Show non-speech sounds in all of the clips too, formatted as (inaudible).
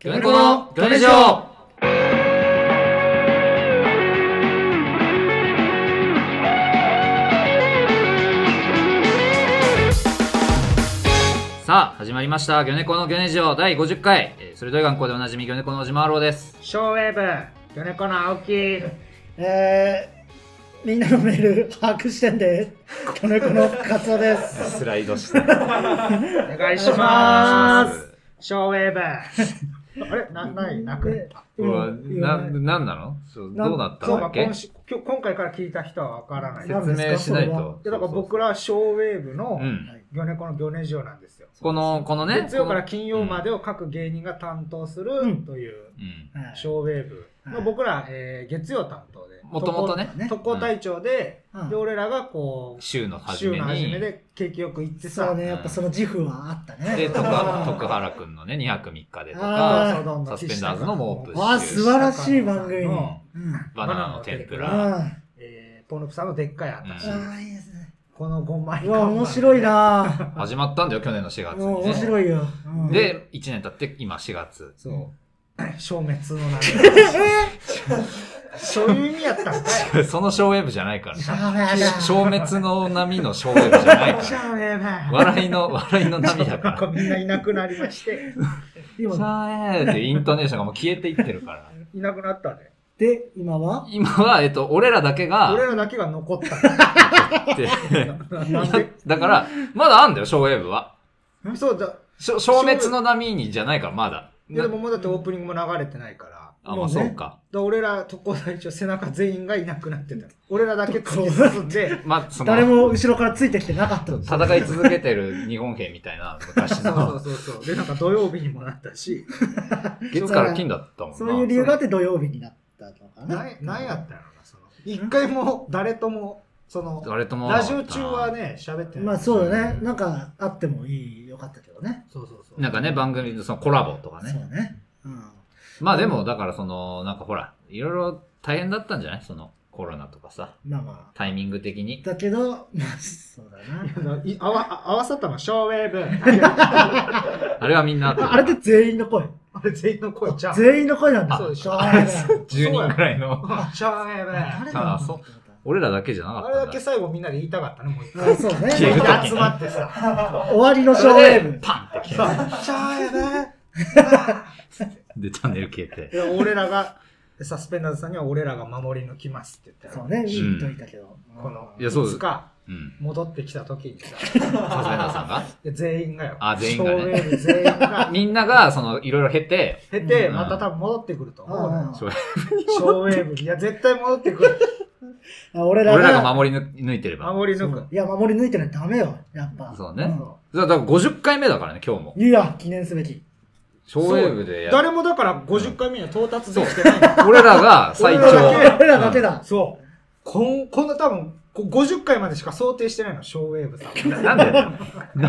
ギョネコのギョネジョさあ始まりました「ギョネコのギョネジオ」第50回、えー、鋭い眼光でおなじみギョネコの小島郎ですショーウェーブ、ヨネコの青木、えー、みんなのメール把握してんで、この子の活動です。スライドして。お願いししま。ますショーウェーブ。 (laughs) あれな、ない、(laughs) なく。これはな、なんなのそうなどうなったそんうだか、っけ今週今日今回から聞いた人はわからない。で、なだんかで説明しないと。ら僕らはショーウェーブのうんギョネコのギョネジオなんですよ。この、このね、月曜から金曜までを各芸人が担当するうんといううん。はいショーウェーブ。まあはい僕ら、えー月曜担当で、もともとね、特攻隊長で、うんで、俺らがこう、週の初週めの初めに、で景気よく行ってそさう、ね、やっぱその自負はあったで、ね。徳原徳原くんのね、2泊3日でとあか、ーどんどサんスペンダーズのモープあー、素晴らしい番う組。うんん。のバナナの天ぷあら。えーポンヌプさんのでっかいあったし、うんーいいですね。この5枚うわ、面白いな始まったんだよ、去年の4月うん面にね。白いよ。うん、で、1年経って、今4月。そう (laughs) 消滅の中そういう意味やったんかいその小ウェブじゃない (laughs) からね。シャーベーだ消滅の波の小ウェブじゃないシかャーベら。ーベ笑いの、笑いの波だか。なんからみんないなくなりましてシ今、ャーエーってイントネーションがもう消えていってるから。いなくなったねで、今は今は、えっと、俺らだけが、俺らだけが残 (laughs) ったってねなんでだから、まだあんだよ、ショーウェーブは。そうだしょ消滅の波にじゃないから、まだ。いやでなももうだってオープニングも流れてないからだかあ、もまうあねそうか。ら俺ら特攻隊長背中全員がいなくなってた俺らだけ突き進んでまあ、その、誰も後ろからついてきてなかったんですよ。戦い続けてる日本兵みたいな、 (laughs) 昔そうそうの。そうそうでなんか土曜日にもなったし月から金だったもんな。そういう理由があって土曜日になったのかな。何やったのかその一回も誰ともその誰とも。ラジオ中は。ね喋ってない、まあそうだね。なんかあってもいい、よかったけどね。そうそうそうなんかね、番組のそのコラボとかそね。うね。うん。まあでも、だからその、なんかほら、いろいろ大変だったんじゃないその、コロナとかさ。まあまタイミング的あ。に。だけど、 (laughs) まあ、そうだな。 (laughs) い合わ合わさったのはショーウェーブあれはみんなってるああれって全員の声。あ (laughs) れ全員の声ちゃう全員の声なんだ。そうでしょあれ10人くらいの。あショーウェーブ誰あだあそう俺らだけじゃなかったあんれだ。だけ最後みんなで言いたかったねもう一あ回そうね。消える時に集まっ (laughs) てさ終わりのショーウェーブ。パンってシ消えョーウェーブてで、チャンネル消えて。で (laughs) 俺らがサスペンダーズさんには俺らが守り抜きますって言ったそらうね。ん言っといたけど。このいやそうですつかうん。戻ってきた時にさカズレーザーさんがで全員がよあ全員がねショーウェーブ全員がみんなが、その、いろいろ経て、経てうんまた多分戻ってくると思うのよあそうショーウェーブいや絶対戻ってくるあ俺ら俺らがが守り抜いてれば。守りそ抜うくいや、守り抜いてないとダメよ。やっぱ。そうねんそだから50回目だからね、今日も。いや、記念すべき。ショーウェーブでうやる。誰もだから50回目には到達できてない (laughs) の俺らが最俺ら長だ。け俺らだけだ。そうこんこんな多分こ50回までしか想定してないのショーウェーブさんなはんで、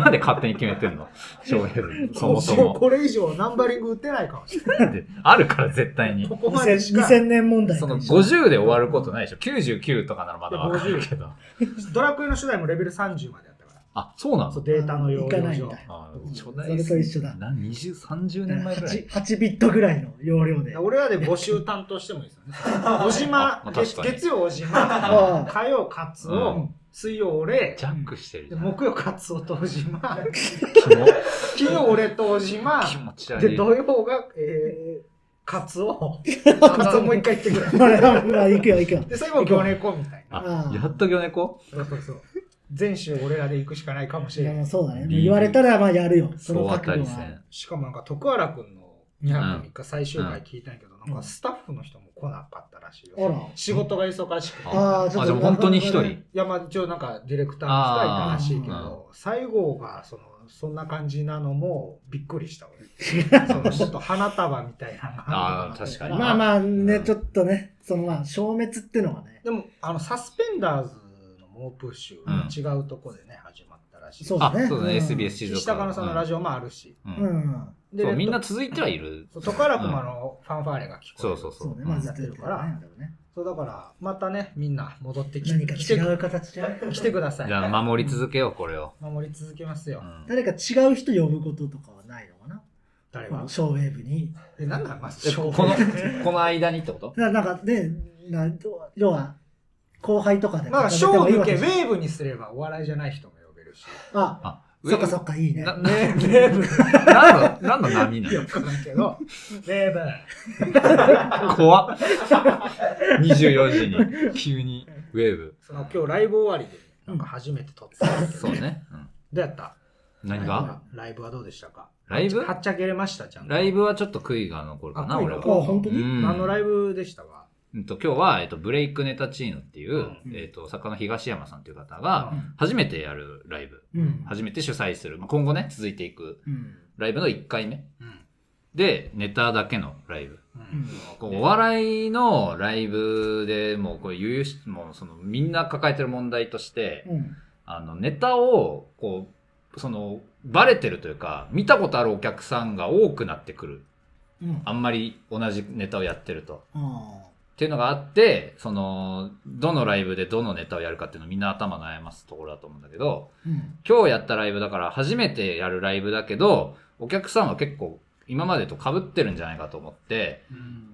なんで勝手に決めてんのショーウェーブ、そもそそうも。(laughs) これ以上ナンバリング打てないかもしれないなんであるから、絶対に (laughs) こ。こまでし2000か2000年問題そとの一緒。 50で終わることないでしょ。99とかならまだわかるけど。ドラクエの初代もレベル30までやったからあ、そうなそうのデータの容いか量ないん上だあうんちょうだいそれと一緒だな20、30年前ぐらい。 8, 8ビットぐらいの容量で。俺らで募集担当してもいいですよね小島あまあ確月かに月曜小島ああ火曜カツうオ水曜俺ジャックしてるじでゃん。木曜カツオと小島気も金曜俺と小島気持ち悪でい。土曜が、えー、カツオカツオもう一回言ってくれまあ、まあ、行くよ、行くよ。で最後魚猫みたいなああ、ーやっと魚猫そうそうそう全週俺らで行くしかないかもしいれやなまいあそうだね。リーグ言われたら、まあ、やるよ。その総当覚た悟りは。戦。しかもなんか徳原君の2泊3日最終回聞いたんやけど、んなんかスタッフの人も来なかったらしいよ、あら。仕事が忙しくて、あーちょっとあ、でも本当に一なる人。いやまあ一応なんかディレクターの人がいたらしいけど西郷がそのそんな感じなのもびっくりした (laughs) 俺そのちょっと花束みたいなのがああ、確かに。まあまあうね、んちょっとね、そのまあ、消滅ってのがね。でもあのサスペンダーズの猛プッシュは違うとこでね、始まったらしいそうあだ、ね。そうだね、ん SBS 静岡。下鹿野さんのラジジオもあるし、オ。ううんん。でそうみんなと続いてはいる。そうトカラクマのファンファーレが聞こえそうるそうそうね、うんまずやってるからね。でもねそうだからまたねみんな戻ってき何かて来て違う形じゃん。来てくださ (laughs) じゃいあ、守り続けよう、これを。守り続けますうよ、ん誰か違う人呼ぶこととかはないのかな誰こがのショーウェーブに。え、なんなんまずえショこー (laughs) の、この間にってことななんかね、な要は、後輩とかでなんかショ固ーめても抜いけいウわけェーブにすればお笑いじゃない人も呼べるし。あ、あ、そっかそっか、いいね。な、な、ねウェーブなんの、なんの波なよくないけど、ウェーブ。の怖っ。24時に、急に、ウェーブ。その今日ライブ終わりで、なんか初めて撮ったんだけど。そうね。うんどうやった何がライブはどうでしたかライブはっちゃけれましたちゃんと。ライブはちょっと悔いが残るかな、あ悔い俺あ、がは。本当うに、ん何のライブでしたかうんと今日は、えっと、ブレイクネタチーノっていう、うんえっと、作家の東山さんという方が、うん初めてやるライブ、うん初めて主催する、まあ、今後ね、続いていくうん。ライブの1回目うん。で、ネタだけのライブ。うん。こうお笑いのライブでもう、これ、ゆうし、もう、その、みんな抱えてる問題として、うんあの、ネタを、こう、その、バレてるというか、見たことあるお客さんが多くなってくる。うんあんまり同じネタをやってると。あっていうのがあって、その、どのライブでどのネタをやるかっていうのみんな頭悩ますところだと思うんだけど、ーうん今日やったライブだから初めてやるライブだけど、お客さんは結構今までと被ってるんじゃないかと思って、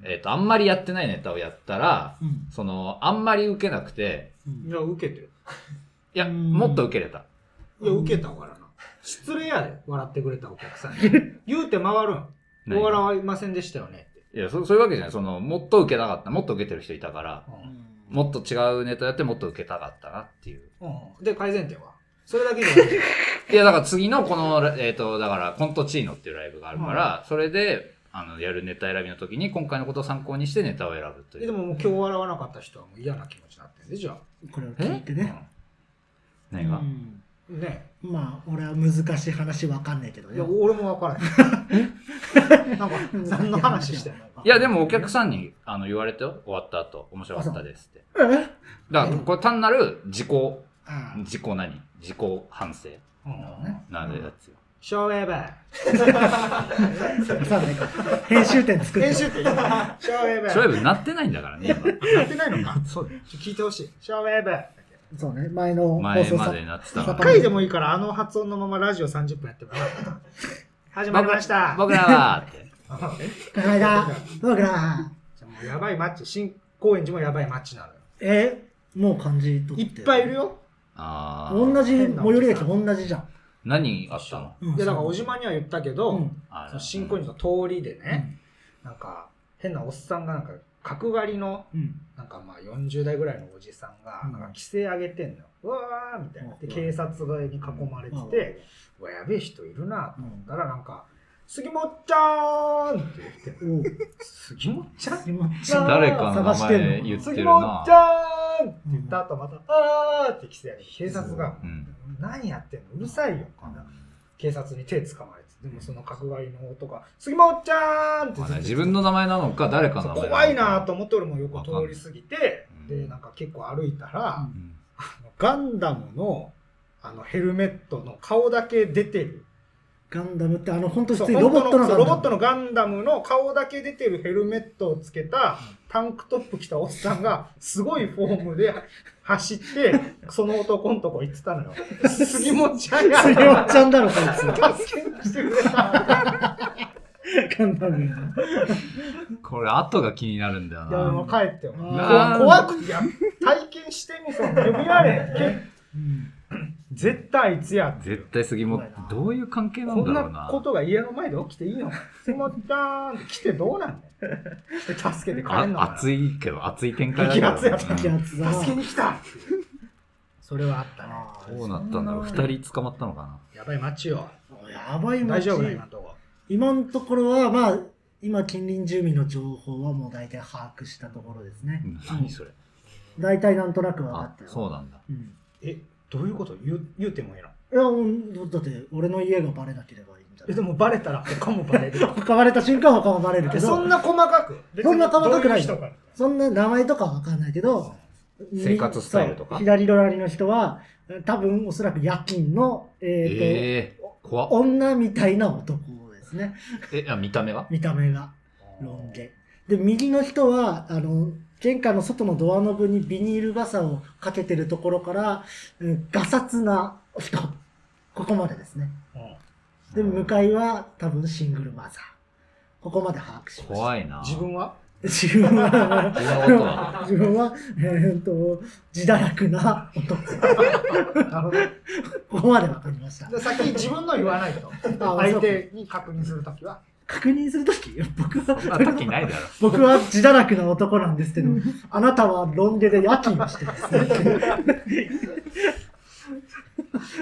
えっ、と、あんまりやってないネタをやったら、うんその、あんまり受けなくて、うんいや、受けてる。いや、うんもっと受けれた。いや、受けたからな。失礼やで、笑ってくれたお客さ (laughs) んに。言うて回るん。何お笑いませんでしたよねって。いやそ、そういうわけじゃない。その、もっと受けたかった。もっと受けてる人いたから、うんもっと違うネタやってもっと受けたかったなっていう。うん。で、改善点はそれだ (laughs) けじゃない。いや、だから次のこの、えっ、と、だから、コントチーノっていうライブがあるから、それで、あの、やるネタ選びの時に、今回のことを参考にしてネタを選ぶとえいでう。ももう今日笑わなかった人はもう嫌な気持ちになってんで、じゃあ。これを聞いてね。うん何が、うんねまあ、俺は難しい話わかんないけどえ。いや、よ。俺もわから (laughs) へん。なんか、何の話してんのいや、でもお客さんに、あの、言われてよ。終わった後、面白かったですって。ん。えだから、これ単なる自己、あ自己何自己反省うんなるやつよ。ショーウェーバあ、そうだね。編集点作ー。って。編集って言うなショーウェー (laughs) バー。そういえばなってないんだからね、やってないのか。そうだよ。ちょ聞いてほしい。ショーウェーバー。そうね。前の今。放前送まさで。なってた一か回でもいいから、あの発音のままラジオ30分やってもらう。 (laughs) 始まら。りました。僕らは、って。 (laughs) この間、僕ら、じゃあもうやばいマッチ。新高円寺もやばいマッチなのよ。え、もう感じといっぱいいる。よ。あー同じ、最寄り駅と同じじゃん。何あったのうんいや、だから、小島には言ったけうど、んあその新高円寺の通りでね、なんか、変なおっさんが、なんか、角刈りの、うん。なんかまあ40代ぐらいのおじさんがう、んなんか規制上げてんのよ。うわーみたいな。うで、ん警察側に囲まれてて、うわ、やべえ人いるなと思ったら、なんか、杉本ちゃーんって言って、うん、おう杉本ちゃん気持ち悪い誰かの名探してん前の言って杉る本なち。ゃーんって言った後また、あーって来てやる警察が、うん何やってんのうるさいよ、警察に手つかまれてでもその角刈りの男が「杉本ちゃーん!」ってまずあっねと自分の名前なのか誰かのそう名前怖いなのとか思って俺も横通り過ぎてわかんないでなんか結構歩いたら、うんガンダムのあのヘルメットの顔だけ出てるガンダムってあの本当にそ普う通にロボットの本当のそうロボットののガンダムの顔だけ出てるヘルメットをつけたタンクトップ着たおっさんがすごいフォームで走ってその男のとこ行ってたのよ杉本ちゃんがすげおっちゃんだろこいつは助けに来てくれたガンダムこれ後が気になるんだよいやな。もう帰ってよこな怖くていや体験してみそう呼びられんけうん絶対あいつやって絶対杉本怖いなどういう関係なこんだんろうなな。ことが家の前で起きていいの杉本ちゃんって来てどうなんだよで助けて帰んのあか熱いけど熱い展開だ (laughs) けど激アツやっ激アツだなな助けに来たっていうそれはあったねうんどうなったんだろう。二人捕まったのかな。やばい街よやばい大街丈夫だ今のとこ今のところはまあ今近隣住民の情報はもう大体把握したところですね、うん何それ。大体なんとなく分かあったよそうなんだ。うん、えどういうこと言う言うてもいいのいやもうだって俺の家がバレなければいいんじゃえなでいもバレたら他もバレ (laughs) る買われた瞬間は他もバレるけどそんな細かく (laughs) 別にそんな細かくないどうう人かそんな名前とかは分かんないけど、生活スタイルとかそう左隣の人は、多分おそらく夜勤の、えええー、ー怖っと女みたいな男ですね、え、あ見た目は見た目が、ロン毛。で、右の人は、あの、玄関の外のドアノブにビニール傘をかけてるところから、うん、ガサツな人、ここまでですね。うんで、向かいは多分シングルマザー。ここまで把握しました。怖いな。自分は自分は、そんなことは。自分は、えーっと、自堕落な男。なるほど。じここまでわかりましたゃ。あ先 (laughs) に自分の言わないと。あ相手に確認するときは。確認するとき、僕は、そんな時ない (laughs) だろ。僕は自堕落な男なんですけど、あなたはロン毛で夜勤をして (laughs) ます、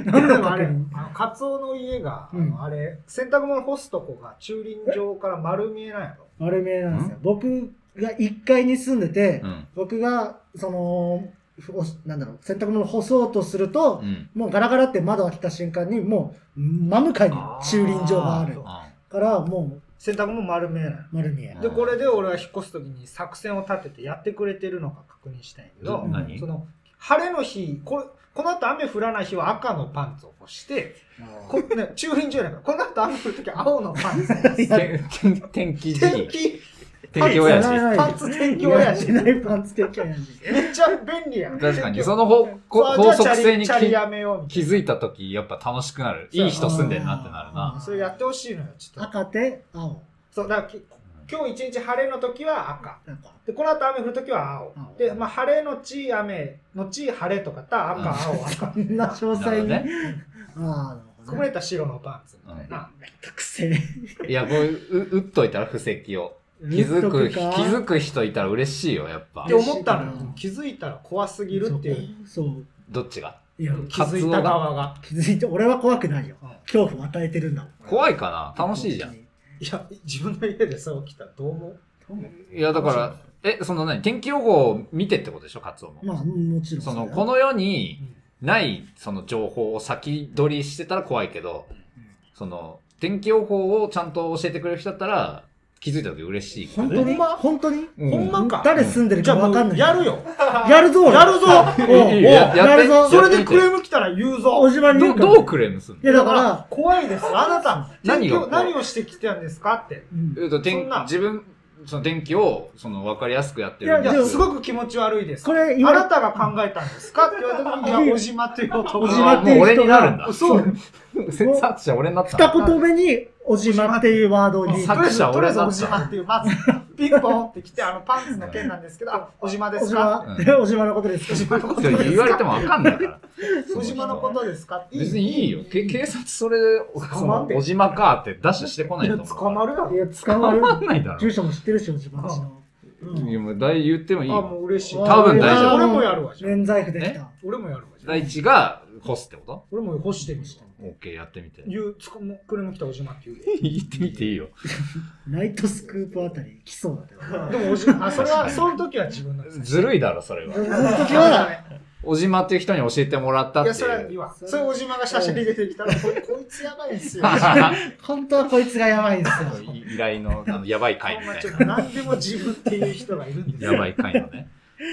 何でのもあ確れ、認あのカツオの家が、あうんのあれ、洗濯物干すとこが駐輪場から丸見えなんやろ。丸見えなんですよ。僕が1階に住んでて、うん。僕が、その、ふおなんだろう、洗濯物干そうとするとう、ん。もうガラガラって窓開けた瞬間に、もう、真向かいに駐輪場があるあ。から、も洗濯物丸見えなんやう、丸見え。で、これで俺は引っ越すときに作戦を立ててやってくれてるのか確認したいんやけどうん、何その、晴れの日、これ、この後雨降らない日は赤のパンツを干して、こ (laughs) ね、中品中やから、この後雨降るときは青のパン (laughs) ツを干天す。天天気じ天い。気、天気親父。パンツ天気や親し父。ないパンツ的やし。めっちゃ便利やん。確かに、その方こそう法じゃ則あ性にチャリチャリ気やめようみた気いな。づいた時、やっぱ楽しくなる。いい人住んでんなってなるな。それやってほしいのよ、ちょっと。赤手、青。そう、だからき今日一日晴れの時は赤。なんか、で、この後雨降る時は青。青で、まあ、晴れのち雨のち晴れとかた赤、青、赤こ。んな詳なる細ほどに。ね。ああ、なるほこぼどね。れた白のパンツみたいな。たくせえ。いや、こう、う打っといたら布石を。気づく、気づく人いたら嬉しいよ、やっぱって。思ったのよ嬉しいかな。気づいたら怖すぎるっていう。う。そう。どっちがいや、気づいた側が。気づいて、俺は怖くないようん。恐怖を与えてるんだもん。怖いかな楽しいじゃん。ん。いや、自分の家でそう来たらどう思ういや、だから、え、その何天気予報を見てってことでしょカツオも。まあ、もちろん。その、この世にない、その情報を先取りしてたら怖いけど、その、天気予報をちゃんと教えてくれる人だったら、気づいた時嬉しいけど本ね。当ほにんま本当にうんほんまか。誰住んでるじゃかあわかんもなうい。やる。よ。やるぞやるぞおういいやややってるぞそれでクレーーム来たら言うおぞ。じまに言どうからどうクレームすんいのや、だから、怖いです。あなた、何が天気何をしてきたんですかって。うんえっと天そんな自分、その天気を、その、わかりやすくやっているやんいででもや、すすごく気持ち悪いです。これ、あ今な、たが考えたんですかって言われた時に、いや、おじまって言おうと思おうじまってあもういう俺人になるんがだ、そう。 (laughs) せ作者俺になったな。二言目に、おじまっていうワードを言いさ作者とりあえず俺だったおじまっていう、まず、ピンポンって来て、あの、パンツの件なんですけど、あ、おじまでおすじかま、(laughs) うんでおじまのことですかおじまのことそれですか言われてもわかんな (laughs) いから。おじまのことですかって別にいいよ。け警察それで、そまんのでおじまかってダッシュしてこないいとや、思う。捕まるよい。や、捕まる。わかんないだろ住。所も知ってるし、おじまんちの。うんいやもう大言ってもいいあ、もよ。う嬉しい。多分大丈夫俺もやるわ、じゃあ免罪符できた。俺もやるわ、じゃあ第一が干すってこと俺も干してみした。 ?OK、やってみて。言う、つくも、クレーム来たおじまって言うで。言ってみていいよ。ナイトスクープあたり来そうだ (laughs) けど。でもおじ、あ、それは、その時は自分のです。ずるいだろ、それそは。の時は、おじまっていう人に教えてもらったっいてや、それはい。いいうわ。それおじまがしゃしゃり出てきたら、ここいつやばいんですよ。本当はこいつがやばいんですよ。依頼の、あの、やばい回みまあたちょっいと何でも自分っていう人がいるんですな。よ。やばい回のね。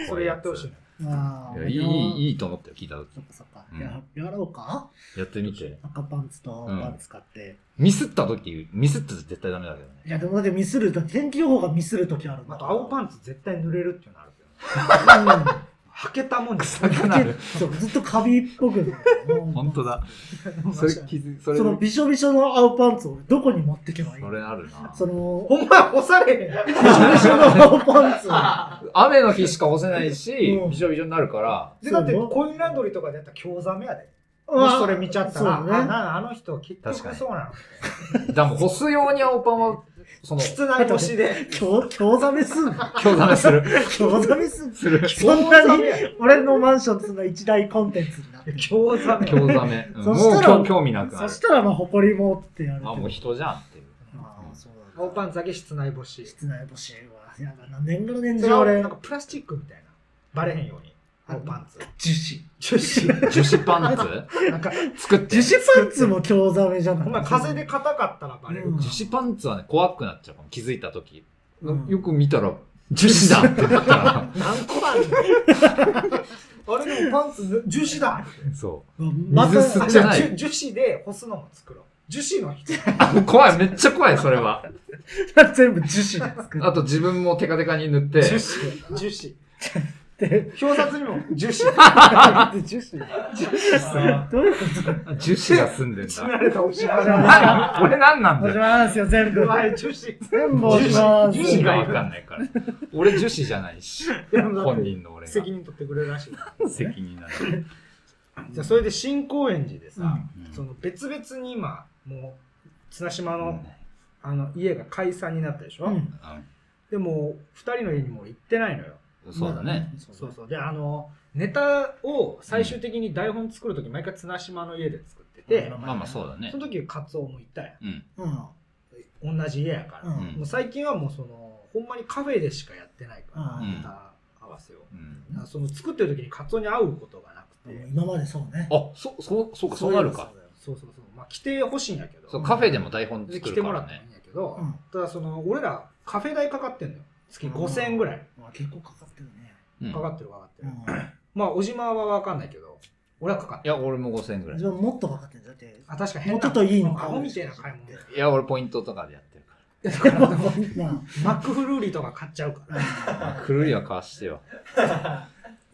それやってほしいな。まあ、いやいい、いいと思ったよ、聞いた時そっかそっか。うんややろうかやってみて。赤パンツと青パンツ買って。ミスった時、ミスったら絶対ダメだけどね。いや、でもだってミスると、天気予報がミスるときあるんだあと、青パンツ絶対濡れるっていうのあるけど。はけたもんに臭くうんなだける。そうずっとカビっぽくなる。本当。だ。それ気づ、それ、そのそびしょびしょの青パンツをどこに持ってけばいいれあるな。その、お前干されへ (laughs) んやん。びしょびしょの青パンツを。 (laughs) 雨の日しか干せないし、うんびしょびしょになるから、で、だって、コインランドリーとかでやったら興ざめやで。うもわしそれ見ちゃったら、あそうなねんだあの人結局そうなの。だも干す用に青パンは、その、室内干しで。今日、今日ざめすん (laughs) の今日ダメ (laughs) する。今日ざめすんのする。そんなに興ざめやで俺のマンションってのは一大コンテンツになってる。興ざめや今で。日ダメ。うんそもしたうら興興味なくなそるし。たらまあ誇りもってやるけど。あ、もう人じゃんっていう。ああそうなんだ青パンツだけ室内干し。室内干しはやだな年がら年それ中は俺なんかプラスチックみたいな。バレへんように。青パンツ。樹脂樹脂。樹脂パンなんか、ツ作って。樹脂パンツも興ざめじゃないお前風で硬かったらバレるうんか樹脂パンツはね、怖くなっちゃうかも。気づいた時。うんよく見たら、樹脂だってなったら。ら。何個あるのあれでもパンツ樹脂だそまた水吸あっじじゃゃなあい樹樹脂で干すのも作ろう。樹脂の人。う。 (laughs) あ怖い、めっちゃ怖い、それは。全部樹脂で作るあと自分もテカテカに塗って、樹脂。樹 (laughs) って、表札にも樹脂樹脂がどういうこと樹脂が住んでん死 (laughs) だ。なれたおしまいだなこれ何なん押だし (laughs) よ。ますよ、全部。前樹脂全部押しま樹意味脂す。がわかんないから。俺樹脂じゃないし。でもだっ本て人の俺が。責任取ってくれるらしい責任なんだ。じゃあそれで新高円寺でさ、うんその別々に今もう綱島の,、あの家が解散になったでしょ、うんでも2人の家にも行ってないのようんそうだね。そうそうであのネタを最終的に台本作る時、毎回綱島の家で作ってて、まあまあそうだねそ。の時カツオもいたやうん。うん。ん同じ家やから、うんうんもう最近はもうそのほんまにカフェでしかやってないから、うんネタ合わせを、うんだからその作ってる時にカツオに会うことがなくて、今までそうね。あ、そ、そう、そうか、そうなるか。そうそうそうまあ来てほしいんやけどそう、カフェでも台本で作来てるかもららったらいねい。んやけど、うんただその俺らカフェ代かかってんのよ月うん5000円ぐらいあ結構かかってるね。うんかかってるかかってうる、んまあ小島は分かんないけど俺はかかっているや、俺も5000円ぐらいじ。ゃあもっとかかってるんだって。あ確かに変なもうちょっといいのアホみたいな買い物だよいや、俺ポイントとかでやってるかだからあのま (laughs) マックフルーリーとか買っちゃうからあ、ら。くるりはかわしてよ。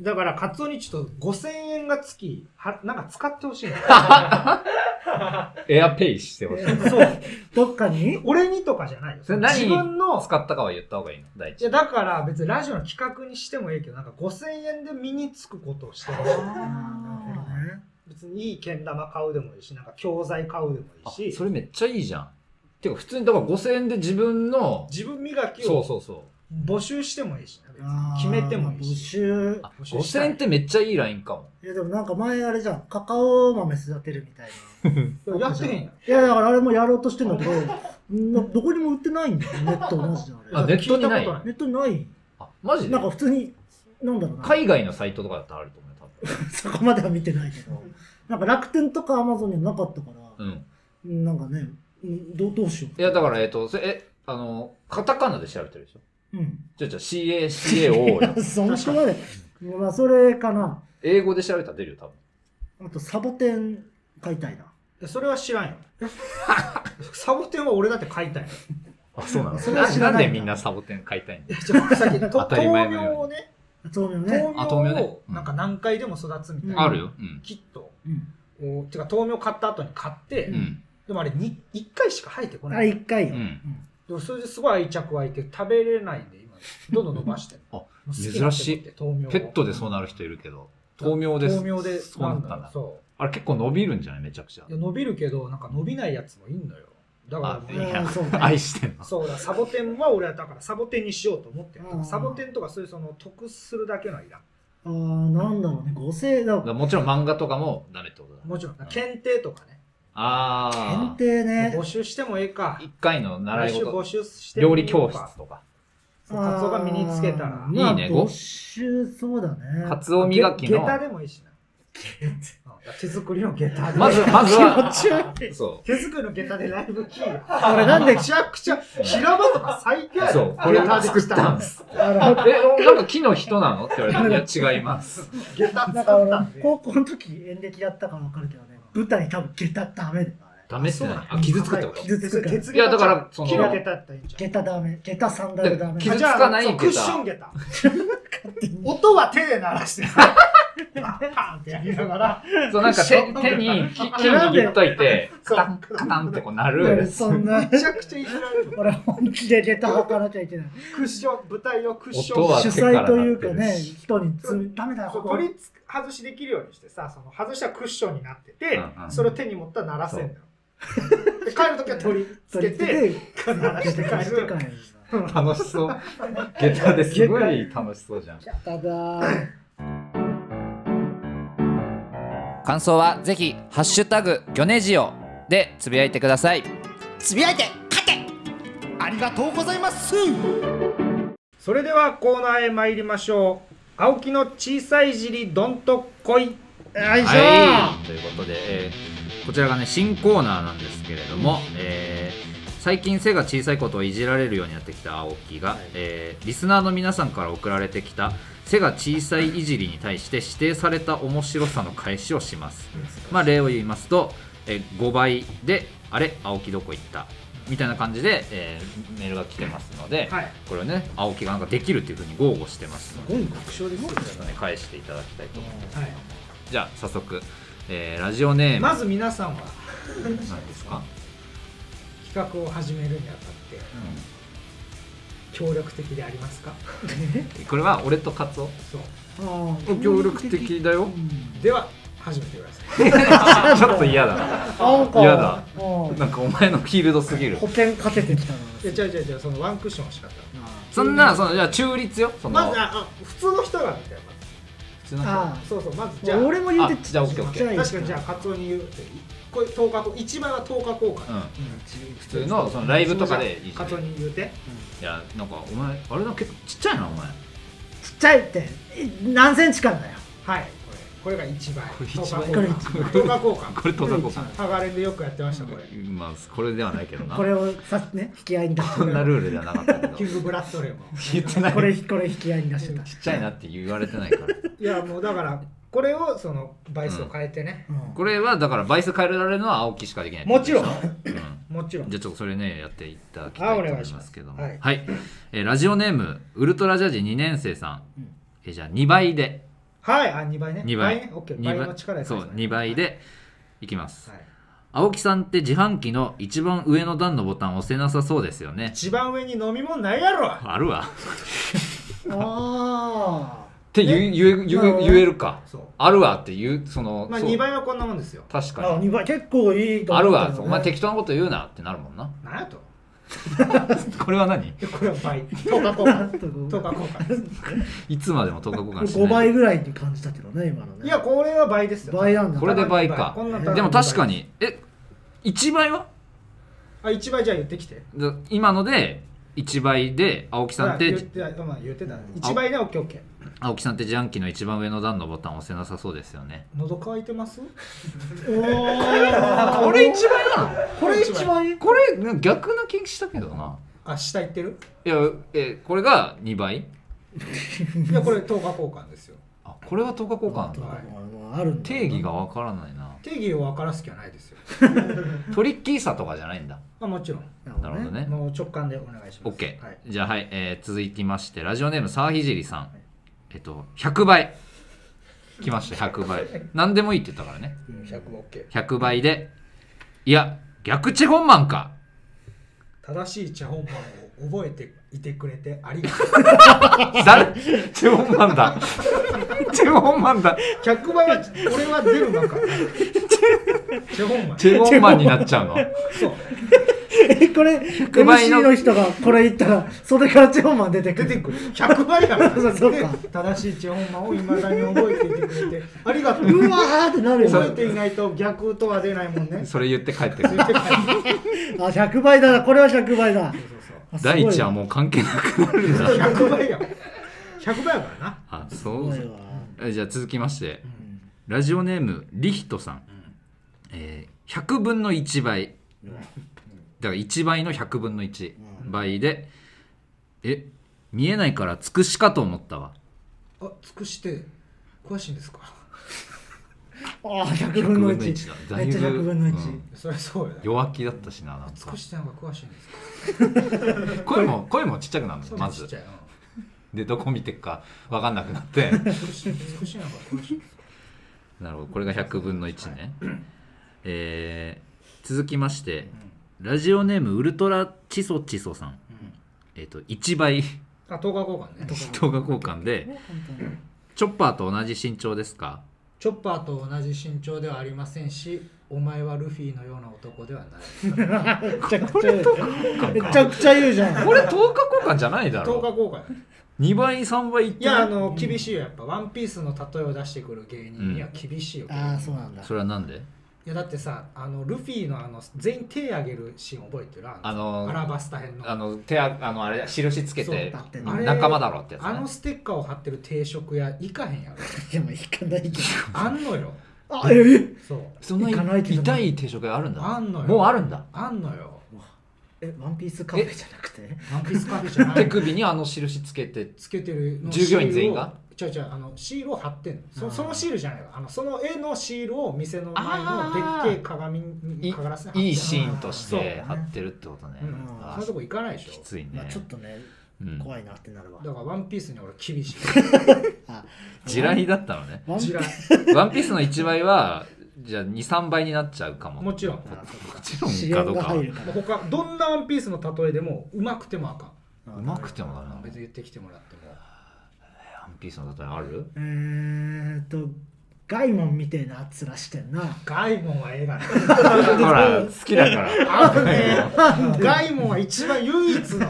だからカツオにちょっと5000円が月はなんか使ってほしいの (laughs) エアペイしてほしい。そうどっかに俺にとかじゃないよそれ何自分の使ったかは言った方がいいの第い一や。だから別にラジオの企画にしてもいいけどなんか5000円で身につくことをしてほしい別にいいけん玉買うでもいいしなんか教材買うでもいあいしそれめっちゃいいじゃん。てか、普通に、だから5000円で自分の、自分磨きそうをそうそう。募集してもいいしな別にあー決めてもいいし募集あ募集した5000い円ってめっちゃいいラインかも。いやでもなんか前あれじゃんカカオ豆育てるみたいなでもやってへんやんいやだからあれもやろうとしてんだけどなどこにも売ってないんだよネットマジでああ、れネットにな聞いいたことないネットにないあ、マジでなんか普通になんだろうな海外のサイトとかだったらあると思うよ、多分。そこまでは見てないけどなんか楽天とかアマゾンにはなかったから、うん。なんかねうんどうどうしよういや、だから、えっと、それえ、あの、カタカナで調べてるでしょうんじゃあじゃあ (laughs) CACAO よその人までまあそれかな英語で調べたら出るよ、多分。あとサボテン買いたいなでそれは知らんよサボテンは俺だって買いたいのあ、そうなのそれは知らないなでみんなサボテン買いたいんだよ。ちょっとさっき (laughs) と当たり前豆のように苗をねそうよね豆あ豆苗ね苗をなんか何回でも育つみたいうんなあるよ。うん。キットうんをてか豆苗買った後に買ってうん。でもあれに1回しか生えてこあない一回うよ、ん。でもそれですごい愛着湧いて食べれないんで今どんどん伸ばしてる (laughs) あもう好きになってもって豆苗をペットでそうなる人いるけど、豆苗です。豆苗でそうなったんだ。そうあれ結構伸びるんじゃないめちゃくちゃい。や伸びるけどなんか伸びないやつもいんのよだからあもいやううんそうね愛してんの。そうだサボテンは俺はだからサボテンにしようと思ってるうんサボテンとかそういうその得するだけのはいらあんあなんだろうね5000だだからもちろん漫画とかもダメってことだ。もちろん検定とかねあ限定ね募集してもええかあ。一回の習い来週募事。集しても料い理いか教室とか。そうカツオが身につけたあらーまあいいねご募集そうだねカツオ磨きげの。下駄でもいいしなうん手作りの下駄でまず、まずは、気持ち悪いそ手作りの下駄でライブキー俺なんでめちゃくちゃ平場とか最低う。そう。これを作ったんです。あ (laughs) え、のなんか木の人なのって言われて、いや、違います。下駄なんか作ったん俺で高校の時演劇やったから分かるけどね舞台多分下駄ダメだよあれ (laughs) ダメっすね。あ、傷つくってこと傷つくから鉄いやだからそそのの木の下駄やったらいいんじゃん下駄ダメ下駄サンダルダメで傷じゃあつかないそう下駄クッション下駄 (laughs) 音は手で鳴らしてさパーンってやりながらそう、なんか手手に木木握っといて、そカうタン、カタンってこうな俺る。そんなめちゃくちゃいじられる俺本気で下駄履かなきゃいけないクッション舞台をクッシ音ョはン主催というか手からねなってるし人につダメだよそうこ取こりつ外しできるようにしてさその外したらクッションになってて、うんうんそれを手に持ったら鳴らせんだよで帰るときは取りつ取り付けてけて鳴らして下駄帰してる帰る楽しそう。下駄ですごい楽しそうじゃん。下駄感想はぜひ、ハッシュタグ、ギョネジオでつぶやいてください。つぶやいて勝てありがとうございますそれではコーナーへ参りましょう青木の小さい尻どんとこいよいしょはい、ということで、えーこちらがね新コーナーなんですけれども、えー最近背が小さいことをいじられるようになってきた青木が、えーリスナーの皆さんから送られてきた背が小さいいじりに対して指定された面白さの返しをします、まあ、例を言いますと、え5倍で「あれ青木どこ行った?」みたいな感じで、えーメールが来てますので、はいこれをね青木がなんかできるっていうふうに豪語してますのすごい極小ですよねで、ね、返していただきたいと思いますはいじゃあ早速、えーラジオネームまず皆さんはなんですか、企画を始めるにあたって協力的でありますかうんこれは俺とカツオそうああ協力的だようんでは始めてくださいちょっと嫌だななんか嫌だうん保なんかお前のフィールドすぎる険かけてきたないや違う違う違うそのワンクッションしかったそんなそのじゃあ中立よそのまずああ普通の人がみたいな普通の人あそうそうまずあじゃあ俺も言うてあじゃあオッケーオッケー確かにじゃあカツオに言うってこれ10日後一番は10日後かうん、普通のそのライブとかでいいじゃカんいツオに言うてやなんかお前あれだけちっちゃいなお前ちっちゃいってえ何センチかんだよはいこれこれが一番これ一10番日後これか10日後かこれ登山交換タガレンでよくやってましたこれまあこれではないけどなこれをさね引き合いに出してそん (laughs) なルールではなかったけどキン (laughs) グブラッドレーも言ってないこれこれ引き合いに出してたちっちゃいなって言われてないからいやもうだからこれをその倍数を変えてね、うんこれはだから倍数変えられるのは青木しかできないもちろんうもちろんんじゃあちょっとそれねやっていただきたいと思いますけどもあおは願いいし、えーラジオネームウルトラジャージ2年生さん、うんえーじゃあ2倍ではいあ2倍ね2倍ねオッケー二倍の力でそう2倍でいきます、はい青木さんって自販機の一番上の段のボタン押せなさそうですよね一番上に飲み物ないやろあるわあって言う言え言なるほうど言えるかそうあるわって言うその、あまあそう2倍はこんなもんですよ確ーあかに二倍結構いいとあ思るったよわ、ね (laughs) お前適当なこと言うなってなるもんななんやとこれは何でこれは (laughs) 倍10日交換10日交換いつまでも10日交換し5ない倍ぐらいに感じたけどね今のねいやこれは倍ですよ倍なんだこれで倍かこんな倍でも確かにえ1倍はあ1倍じゃあ言ってきてだ今ので1倍で青木さんっあ言てってたまあ言ってた1倍ねオッケーオッケー青木さんって自販機の一番上の段のボタン押せなさそうですよね喉乾いてますおー (laughs) これ1倍なのこれ一番これな逆な気したけどなあ下行っ (laughs) てるいやえこれが2倍いやこれ10日交換ですよあこれは10日交換なんだはいあるんだ定義がわからないな定義を分からす気はないですよトリッキーさとかじゃないんだまあもちろんなるほどね (laughs) もう直感でお願いします OK、はいじゃあはい、えー続きましてラジオネーム沢ひじりさんえっと100倍来ました100倍何でもいいって言ったからね100も OK 100倍でいや逆チェホンマンか正しい茶本番を覚えていてくれてありがとう誰チェホンマンだチェホンマンだ100倍は俺は出るのか茶本番チェホンマンになっちゃうのそうえこれ100倍の MC の人がこれ言ったら袖からチェホンマン出てく出るてくる100倍だからそうかそうかで正しい茶本番をいまだに覚えていてくれてありがとううわーってなるよ覚えねていないと逆とは出ないもんねそれ言って帰ってくる絶対そうあ100倍だなこれは100倍だそうあすごい第わ一はもう関係なくなるんそうだ100倍や100倍やからなあそすごういわえじゃあ続きましてうんラジオネームリヒトさん、えー100分の1倍だから1倍の100分の1倍で、え見えないからつくしかと思ったわあ尽くして詳しいんですかああ100分の1めっち100分の1ゃだだいぶ100分のう1んそりゃそうやな弱気だったしななん尽かくしてなんか詳しいんですか声も声もちっちゃくなるのまちずっちゃいなでどこ見てっか分かんなくなって尽くし尽くしなんか詳しいんですか (laughs) なるほどこれが100分の1ね、えー続きましてラジオネームウルトラチソチソさん、えっ、と1倍あ、10日交換ね。動画交換でチョッパーと同じ身長ですかチョッパーと同じ身長ではありませんし、お前はルフィのような男ではない。めちゃくちゃ言うめちゃくちゃ言うじゃんこれ10日交換じゃないだ10日ろ交換。 2倍3倍いっているや、あの、厳しいよ。やっぱ、ワンピースの例えを出してくる芸人には厳しいよ。ああそうなんだそれはなんでいや、だってさ、あの、ルフィのあの、全員手上げるシーン覚えてるあのアラバスタ編の。あの手ああのあれ印つけてそううんあれ仲間だろってやつあのねステッカーを貼ってる定食屋行かへん (laughs) やろ。いやまあ行かないけどあんのよ。あえそう。そんな行かないけど痛い定食があるんだあんのよもうあるんだあんのよ。ええワンピースカフェじゃなくてワンピースカフェじゃな手い。首にあの印つけてつけてるの従業員全員がシールを違う違うあのシールを貼ってんあのーそそのシールじゃないわあのその絵のシールを店の前あーのでっけえ鏡いにかからせていい貼っシーンとしそうて貼ってるってことねてんのうんあーそんなとこ行かないでしきょついね、まあちょっとねうん怖いなってなるわだからワンピースに俺厳しい地雷だったのねワンこちらワンピースの1倍はじゃあ23倍になっちゃうかももちろんあそうもかちろ支んか援どうがかは入るから他どんなワンピースの例えでもうまくてもあかんうまくてもだな別に言ってきてもらってもワンピースの例えあ (laughs) るえーっとガイモンみてえな面してんなガイモンは (laughs) 映画ほら好きだからあとねガイモンは一番唯一 (laughs) の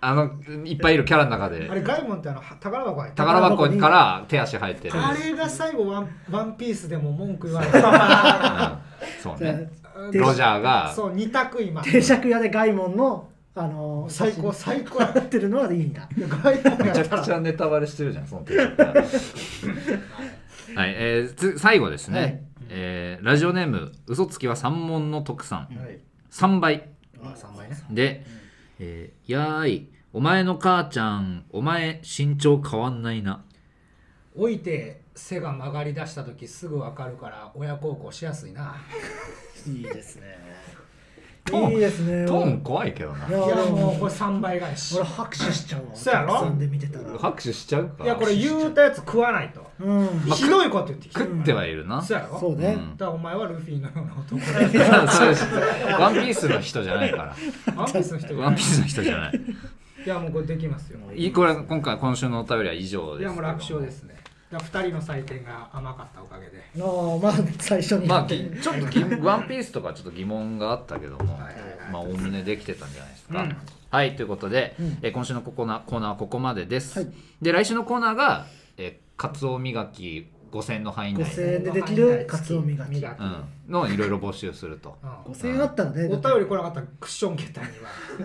あのいっぱいいるキャラの中あでれガイモンってあの宝箱入って宝箱から手足生えてる、うあん、れが最後ワンワンピースでも文句言われたそうじゃあね (laughs) うんロジャーがそう二択今定食屋でガイモンのあの最高写最高真撮ってるのはいいんだガイモンめやちゃったくらちゃネタバレしてるじゃんその手足 (laughs) はい、えーつ最後ですね、はいえーラジオネーム「嘘つきは三文の徳さん」はい3倍あ3倍ねで、えーやーいお前の母ちゃんお前身長変わんないな置いて背が曲がり出した時すぐ分かるから親孝行しやすいないいですねトーンいいですねトーン怖いけどないやいやもうこ俺れ3倍返し俺拍手しちゃうわそうやろお客さんで見てたら拍手しちゃうかいやこれ言うたやつ食わないとうんまあひどいこと言ってきた食ってはいるな (laughs) そうやろそうねうんだからお前はルフィのような男いだよやそうですワンピースの人じゃないかワンピースの人じらゃワなンいピースの人じゃないいやもうこれできますよいこれ今回今週のお便りは以上でいすやもう楽勝ですねだから2人の採点が甘かったおかげであーまあ最初に (laughs) まあぎちょっとぎワンピースとかちょっと疑問があったけどもはいはいはいまあおおむねできてたんじゃないですか、うんはいということで、うんえー今週のココナコーナーはここまでです、はいで来週のコーナーが、えー、カツオ磨き5000の範囲内5000円でできるカツオ磨き磨きうん、のいろいろ募集するとうん5000円あったらねお便り来なかったらクッション桁に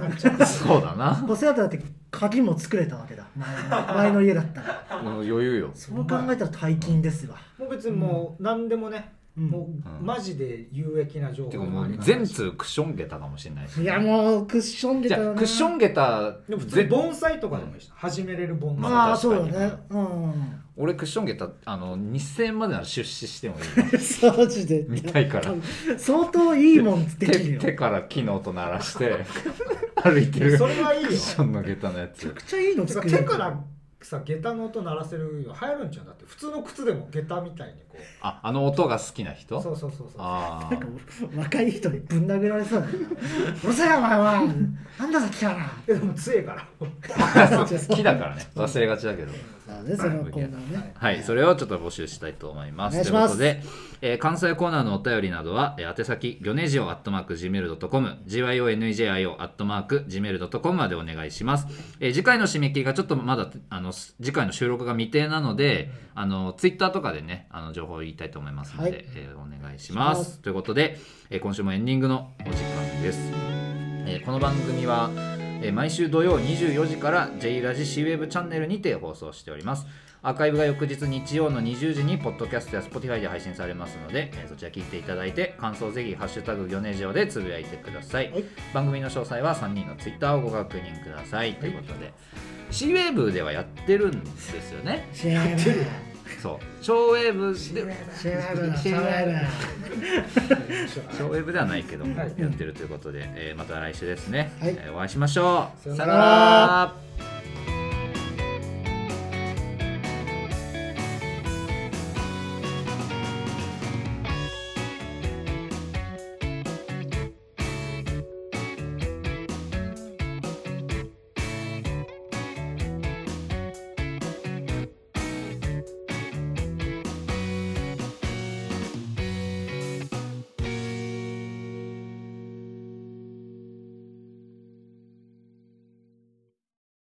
はなっちゃうそうだな5000円あったらだって鍵も作れたわけだ前の前の家だったらもう余裕よそう考えたら大金ですわもう別にもう何でもね、うんもうマジで有益な情報てかもがありうます全通クッション下駄かもしれないしいやもうクッションでじたゃらあなクッション下駄でも普通にぜ盆栽とかでもいいし始めれる盆栽、まあ確そかうによね (laughs) うん俺クッション下駄あの2000円までなら出資してもいい (laughs) マジで見たいから相当いいもんできる手 (laughs) よ手から木の音鳴らして歩いてるそクれはいいよッションの下駄のやつめちゃくちゃいいのてか作れ手るからさ下駄の音鳴らせるよ流行るんちゃうんだって普通の靴でも下駄みたいにこうああの音が好きな人そうそうそうそうあなんか若い人にぶん殴られそうだ (laughs) なうるせえよお前はなんださっきからえでも強いから (laughs) あ木だからね忘れがちだけどなねそのコーナーねはい、それをちょっと募集したいと思いまおす。願いしますということで、えー関西コーナーのお便りなどは、えー宛先、ギョネジオアットマーク Gmail.com、gyonejio アットマーク Gmail.com までお願いします。えー次回の締め切りがちょっとまだ、あの、す次回の収録が未定なので、あの、ツイッターとかでね、あの、情報を言いたいと思いますので、はいえーお願いします。しますということで、えー今週もエンディングのお時間です。えーこの番組は、えー毎週土曜24時から J ラジ C ウェブチャンネルにて放送しておりますアーカイブが翌日日曜の20時にポッドキャストや Spotify で配信されますので、えーそちら聞いていただいて感想をぜひ「ハッシュタグギョネジオ」でつぶやいてください、はい番組の詳細は3人の Twitter をご確認ください、ということで C ウェーブではやってるんですよ (laughs) ねシェアブそうショーウェーブでシェアブシェアブショーウェーブではないけどもはいやってるということで、えーまた来週ですね、はいえーお会いしましょうさよならら